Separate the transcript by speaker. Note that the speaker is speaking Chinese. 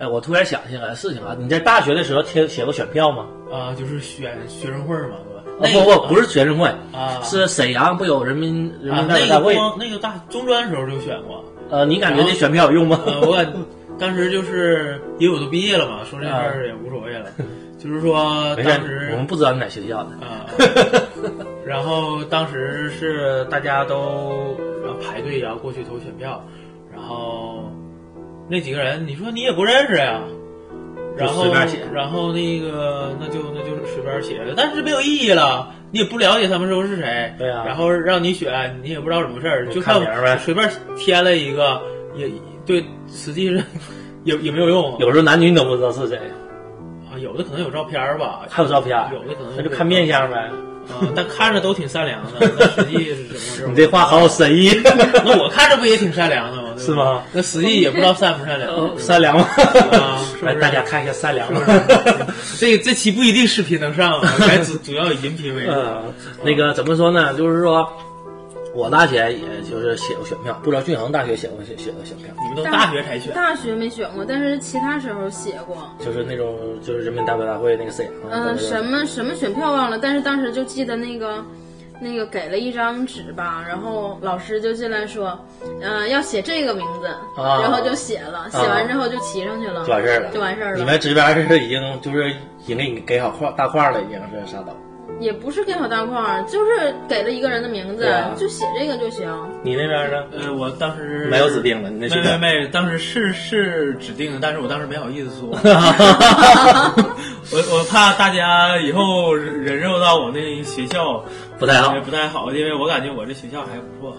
Speaker 1: 哎，我突然想起来个事情啊，你在大学的时候贴写过选票吗？
Speaker 2: 啊，就是选学生会儿嘛，对吧？
Speaker 1: 啊、不不，不是学生会，
Speaker 2: 啊，
Speaker 1: 是沈阳不有人民人
Speaker 2: 啊，
Speaker 1: 民代表
Speaker 2: 那
Speaker 1: 大
Speaker 2: 个
Speaker 1: 会？
Speaker 2: 光那个大中专的时候就选过，
Speaker 1: 呃，你感觉这选票有用吗？
Speaker 2: 呃，我 感当时就是因为我都毕业了嘛，说这事儿也无所谓 了，就是说
Speaker 1: 没
Speaker 2: 当
Speaker 1: 事，我
Speaker 2: 时
Speaker 1: 们不知道你哪学校的。
Speaker 2: 啊，然后当时是大家都然后排队然后过去投选票，然后那几个人你说你也不认识呀。然后
Speaker 1: 就随便写，
Speaker 2: 然后那个，那就那就是随便写了，但是没有意义了，你也不了解他们都是谁，
Speaker 1: 对啊
Speaker 2: 然后让你选，你也不知道什么事儿，
Speaker 1: 就
Speaker 2: 就
Speaker 1: 看
Speaker 2: 看
Speaker 1: 名儿呗
Speaker 2: 随便添了一个，也对，实际是 也也没有用。
Speaker 1: 有时候男女你都不知道是谁，
Speaker 2: 啊，有的可能有照片儿吧，
Speaker 1: 还有照片，
Speaker 2: 有的可能
Speaker 1: 那就看面相呗。
Speaker 2: 啊，但看着都挺善良的，那实际是怎么回事？
Speaker 1: 你这话好有深意，
Speaker 2: 那我看着不也挺善良的吗？对吧
Speaker 1: 是吗？哦
Speaker 2: 那实际也不知道善不善良。
Speaker 1: 善良吗？
Speaker 2: 啊，是不
Speaker 1: 来，
Speaker 2: 是
Speaker 1: 大家看一下善良吗？
Speaker 2: 这这期不一定视频能上， 还主主要以音频为主。
Speaker 1: 嗯，那个怎么说呢？就是说，我大学也就是写过选票，不知道俊恒大学写过写写过选票，
Speaker 2: 你们都大学才选，
Speaker 3: 大学没选过，但是其他时候写过。
Speaker 1: 就是那种就是人民代表大会那个沈阳，
Speaker 3: 嗯、什么什么选票忘了，但是当时就记得那个。那个给了一张纸吧，然后老师就进来说，嗯、要写这个名字，
Speaker 1: 啊
Speaker 3: 然后就写了，写完之后就骑上去了，
Speaker 1: 就完事儿了
Speaker 3: 就完事儿了。
Speaker 1: 你们这边是已经就是已经给你给好框大框了，已经是啥都。
Speaker 3: 也不是给好大块儿，就是给了一个人的名字，
Speaker 1: 对啊
Speaker 3: 就写这个就行。
Speaker 1: 你那边呢？
Speaker 2: 呃，我当时
Speaker 1: 没有指定的，你那
Speaker 2: 没
Speaker 1: 学
Speaker 2: 没
Speaker 1: 校
Speaker 2: 没，当时是是指定的，但是我当时没好意思 说，我我怕大家以后忍受到我那学校
Speaker 1: 不太好
Speaker 2: 也。不太好，因为我感觉我这学校还不错。